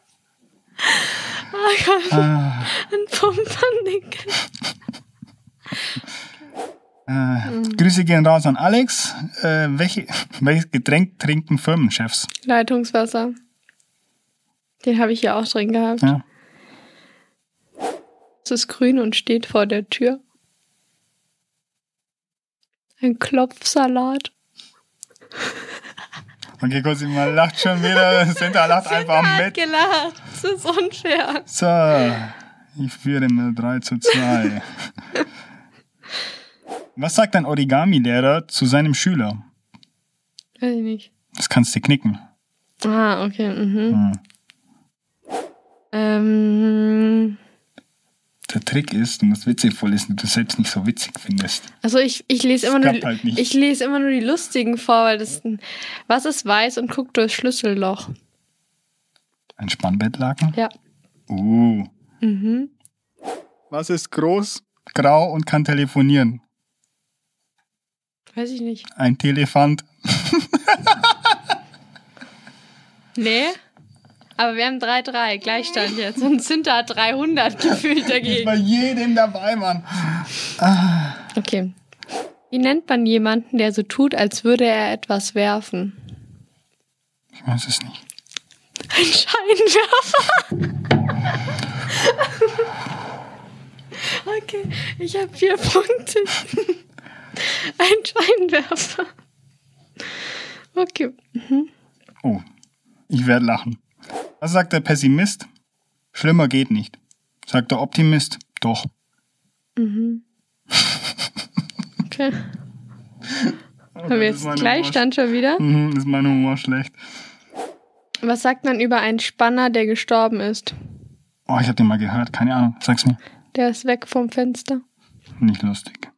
Speaker 2: Oh Gott,
Speaker 3: Ah,
Speaker 2: ein Pumpernickel.
Speaker 3: äh, Grüße gehen raus an Alex. Äh, welche, welches Getränk trinken Firmenchefs?
Speaker 2: Leitungswasser. Den habe ich ja auch drin gehabt.
Speaker 3: Ja.
Speaker 2: Es ist grün und steht vor der Tür. Ein Klopfsalat.
Speaker 3: Okay, kurz, man lacht schon wieder. Sinter lacht einfach
Speaker 2: hat
Speaker 3: mit.
Speaker 2: gelacht. Das ist unfair.
Speaker 3: So, ich führe mit 3 zu 2. Was sagt ein Origami-Lehrer zu seinem Schüler?
Speaker 2: Weiß ich nicht.
Speaker 3: Das kannst du knicken.
Speaker 2: Ah, okay. Mhm.
Speaker 3: Hm.
Speaker 2: Ähm,
Speaker 3: Der Trick ist, du musst Witze vorlesen, die du selbst nicht so witzig findest.
Speaker 2: also ich, ich lese immer nur
Speaker 3: klappt halt nicht.
Speaker 2: ich lese immer nur die lustigen vor, weil das was ist weiß und guckt durchs Schlüsselloch.
Speaker 3: Ein Spannbettlaken?
Speaker 2: Ja.
Speaker 3: Uh.
Speaker 2: Mhm.
Speaker 3: Was ist groß, grau und kann telefonieren?
Speaker 2: Weiß ich nicht.
Speaker 3: Ein Telefant.
Speaker 2: Nee. Aber wir haben 3-3, Gleichstand jetzt. Und Zinter hat 300 *laughs* gefühlt
Speaker 3: Bei
Speaker 2: dagegen.
Speaker 3: jedem dabei, Mann.
Speaker 2: Okay. Wie nennt man jemanden, der so tut, als würde er etwas werfen? *laughs*
Speaker 3: Ich weiß es nicht.
Speaker 2: Ein Scheinwerfer. *laughs* okay, ich habe vier Punkte. *laughs* Ein Scheinwerfer. Okay.
Speaker 3: Oh, ich werde lachen. Was Was sagt der Pessimist? Schlimmer geht nicht. Sagt der Optimist? Doch.
Speaker 2: Mhm. Okay.
Speaker 3: Okay,
Speaker 2: Haben wir
Speaker 3: das ist
Speaker 2: jetzt
Speaker 3: meine
Speaker 2: Gleichstand schon wieder?
Speaker 3: Humor- Mhm, ist mein Humor schlecht.
Speaker 2: Was sagt man über einen Spanner, der gestorben ist?
Speaker 3: Oh, ich habe den mal gehört. Keine Ahnung. Sag's mir.
Speaker 2: Der ist weg vom Fenster.
Speaker 3: Nicht lustig.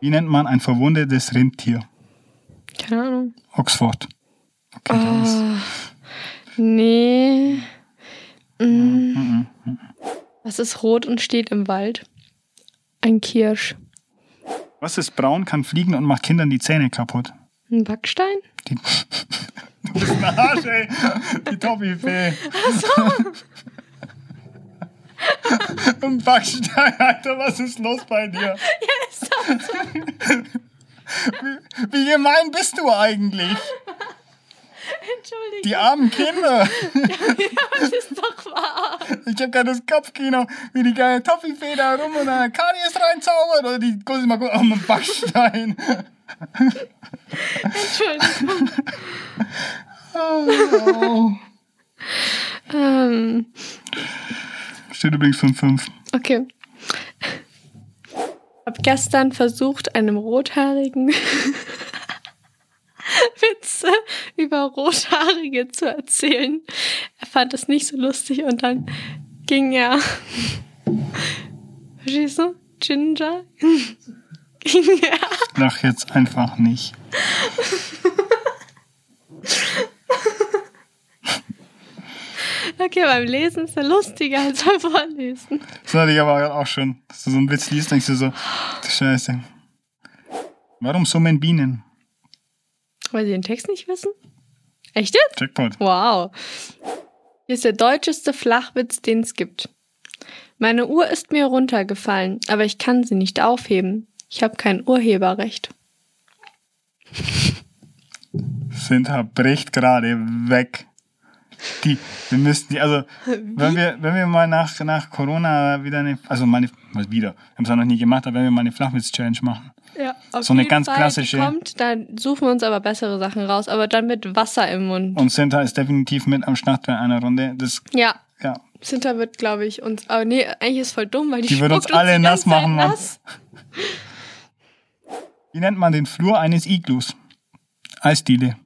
Speaker 3: Wie nennt man ein verwundetes Rentier?
Speaker 2: Keine Ahnung.
Speaker 3: Oxford. Okay, dann ist-
Speaker 2: Ah, Nee. Mm. Was ist rot und steht im Wald? Ein Kirsch.
Speaker 3: Was ist braun, kann fliegen und macht Kindern die Zähne kaputt?
Speaker 2: Ein Backstein?
Speaker 3: *laughs* Die du bist ein Arsch, ey. Die Toffifee. Ach so. Ein Backstein, Alter, was ist los bei dir? Wie, wie gemein bist du eigentlich?
Speaker 2: Entschuldigung,
Speaker 3: Die armen Kinder.
Speaker 2: das ist doch wahr.
Speaker 3: Ich hab gerade das Kopfkino, wie die geile Toffifee da rum und eine Karies reinzaubert. Oder die guck mal guck, oh, ein Backstein.
Speaker 2: Entschuldigung.
Speaker 3: Oh.
Speaker 2: Ähm,
Speaker 3: Steht übrigens 5-5.
Speaker 2: okay. Ich habe gestern versucht, einem Rothaarigen *laughs* Witze über Rothaarige zu erzählen. Er fand es nicht so lustig und dann ging er. Verstehst du? Ginger? *laughs* ging er.
Speaker 3: Lach jetzt einfach nicht.
Speaker 2: Okay, beim Lesen ist er lustiger als beim Vorlesen.
Speaker 3: Das hatte ich aber gerade auch schon, dass du so einen Witz liest, denkst du so, du Scheiße. Warum summen Bienen?
Speaker 2: Weil sie den Text nicht wissen? Echt jetzt?
Speaker 3: Jackpot.
Speaker 2: Wow. Hier ist der deutscheste Flachwitz, den es gibt. Meine Uhr ist mir runtergefallen, aber ich kann sie nicht aufheben. Ich habe kein Urheberrecht.
Speaker 3: Sinter bricht halt gerade weg. Die, wir müssten, die- also, wenn wir, wenn wir mal nach, nach Corona wieder eine, also mal eine, was wieder, wir haben es ja noch nie gemacht, aber wenn wir mal eine Flachwitz-Challenge machen.
Speaker 2: Ja, auf
Speaker 3: So eine ganz klassische-
Speaker 2: Die kommt, dann suchen wir uns aber bessere Sachen raus, aber dann mit Wasser im Mund.
Speaker 3: Und Sinter ist definitiv mit am Start bei einer Runde. Das,
Speaker 2: Ja,
Speaker 3: ja,
Speaker 2: Sinter wird, glaube ich, uns. Aber nee, eigentlich ist voll dumm, weil die,
Speaker 3: Die wird uns
Speaker 2: spuckt
Speaker 3: alle
Speaker 2: die ganze
Speaker 3: nass
Speaker 2: Zeit
Speaker 3: machen, Mann.
Speaker 2: nass.
Speaker 3: Wie nennt man den Flur eines Iglus? Eisdiele.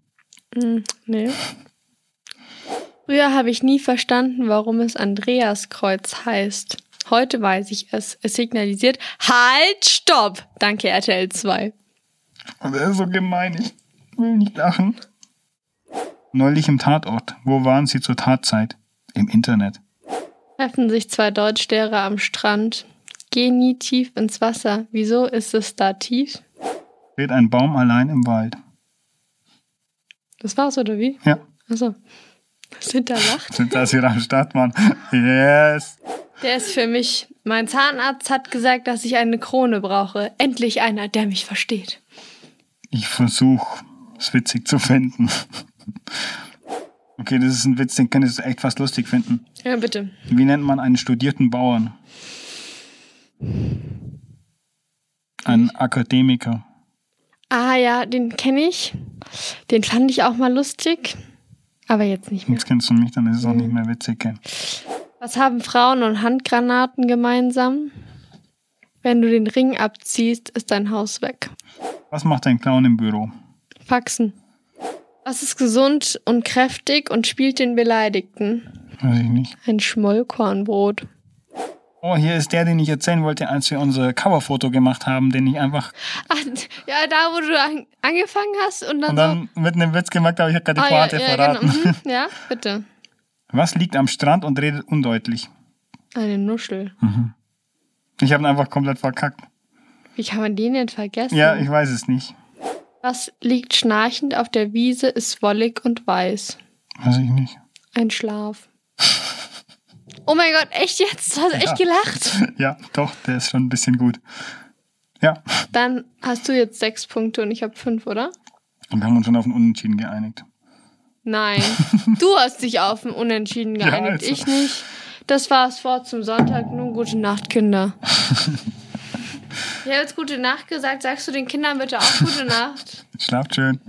Speaker 2: Hm, nee. Früher habe ich nie verstanden, warum es Andreaskreuz heißt. Heute weiß ich es. Es signalisiert Halt, Stopp! Danke, RTL 2.
Speaker 3: Das ist so gemein, ich will nicht lachen. Neulich im Tatort. Wo waren Sie zur Tatzeit? Im Internet.
Speaker 2: Treffen sich zwei Deutschlehrer am Strand. Geh nie tief ins Wasser. Wieso ist es da tief?
Speaker 3: Steht ein Baum allein im Wald.
Speaker 2: Das war's, oder wie?
Speaker 3: Ja, *laughs*
Speaker 2: Achso. Sind da lacht?
Speaker 3: sind das wieder am Start, Mann. Yes.
Speaker 2: Der ist für mich. Mein Zahnarzt hat gesagt, dass ich eine Krone brauche. Endlich einer, der mich versteht.
Speaker 3: Ich versuche, es witzig zu finden. Okay, das ist ein Witz, den könntest du echt fast lustig finden.
Speaker 2: Ja, bitte.
Speaker 3: Wie nennt man einen studierten Bauern? Ein Akademiker.
Speaker 2: Ah ja, den kenne ich. Den fand ich auch mal lustig. Aber jetzt nicht mehr.
Speaker 3: Jetzt kennst du mich, dann ist es auch nicht mehr witzig. gell?
Speaker 2: Was haben Frauen und Handgranaten gemeinsam? Wenn du den Ring abziehst, ist dein Haus weg.
Speaker 3: Was macht ein Clown im Büro?
Speaker 2: Faxen. Was ist gesund und kräftig und spielt den Beleidigten?
Speaker 3: Weiß ich nicht.
Speaker 2: Ein Schmollkornbrot.
Speaker 3: Oh, hier ist der, den ich erzählen wollte, als wir unser Coverfoto gemacht haben, den ich einfach
Speaker 2: Ach, Ah, ja, da wo du an, angefangen hast und dann,
Speaker 3: und dann mit einem Witz gemacht habe. Ich habe gerade
Speaker 2: so.
Speaker 3: die Pointe verraten.
Speaker 2: genau.
Speaker 3: *laughs*
Speaker 2: Mhm. Also Ah, ja, bitte.
Speaker 3: Was liegt am Strand und redet undeutlich?
Speaker 2: Eine Nuschel.
Speaker 3: Hm. Ich habe ihn einfach komplett verkackt.
Speaker 2: Wie kann man den denn vergessen?
Speaker 3: Ja, ich weiß es nicht.
Speaker 2: Was liegt schnarchend auf der Wiese, ist wollig und weiß.
Speaker 3: Weiß ich nicht.
Speaker 2: Ein
Speaker 3: *laughs*
Speaker 2: Schlaf. Oh mein Gott, echt jetzt? Du hast echt gelacht.
Speaker 3: Ja, doch, der ist schon ein bisschen gut. Ja,
Speaker 2: Dann hast du jetzt sechs Punkte und ich habe fünf, oder?
Speaker 3: und wir haben uns schon auf einen Unentschieden geeinigt. *laughs*
Speaker 2: Nein. Du hast dich auf ein Unentschieden
Speaker 3: Ja,
Speaker 2: geeinigt,
Speaker 3: also.
Speaker 2: ich nicht. Das war's vor zum Sonntag. Nun gute Nacht,
Speaker 3: *laughs*
Speaker 2: Kinder. Ich habe jetzt gute Nacht gesagt. Sagst du den Kindern bitte auch
Speaker 3: *laughs*
Speaker 2: gute Nacht?
Speaker 3: Schlaft schön.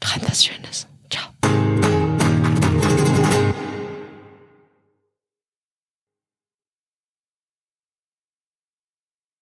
Speaker 2: Träum was Schönes. Ciao.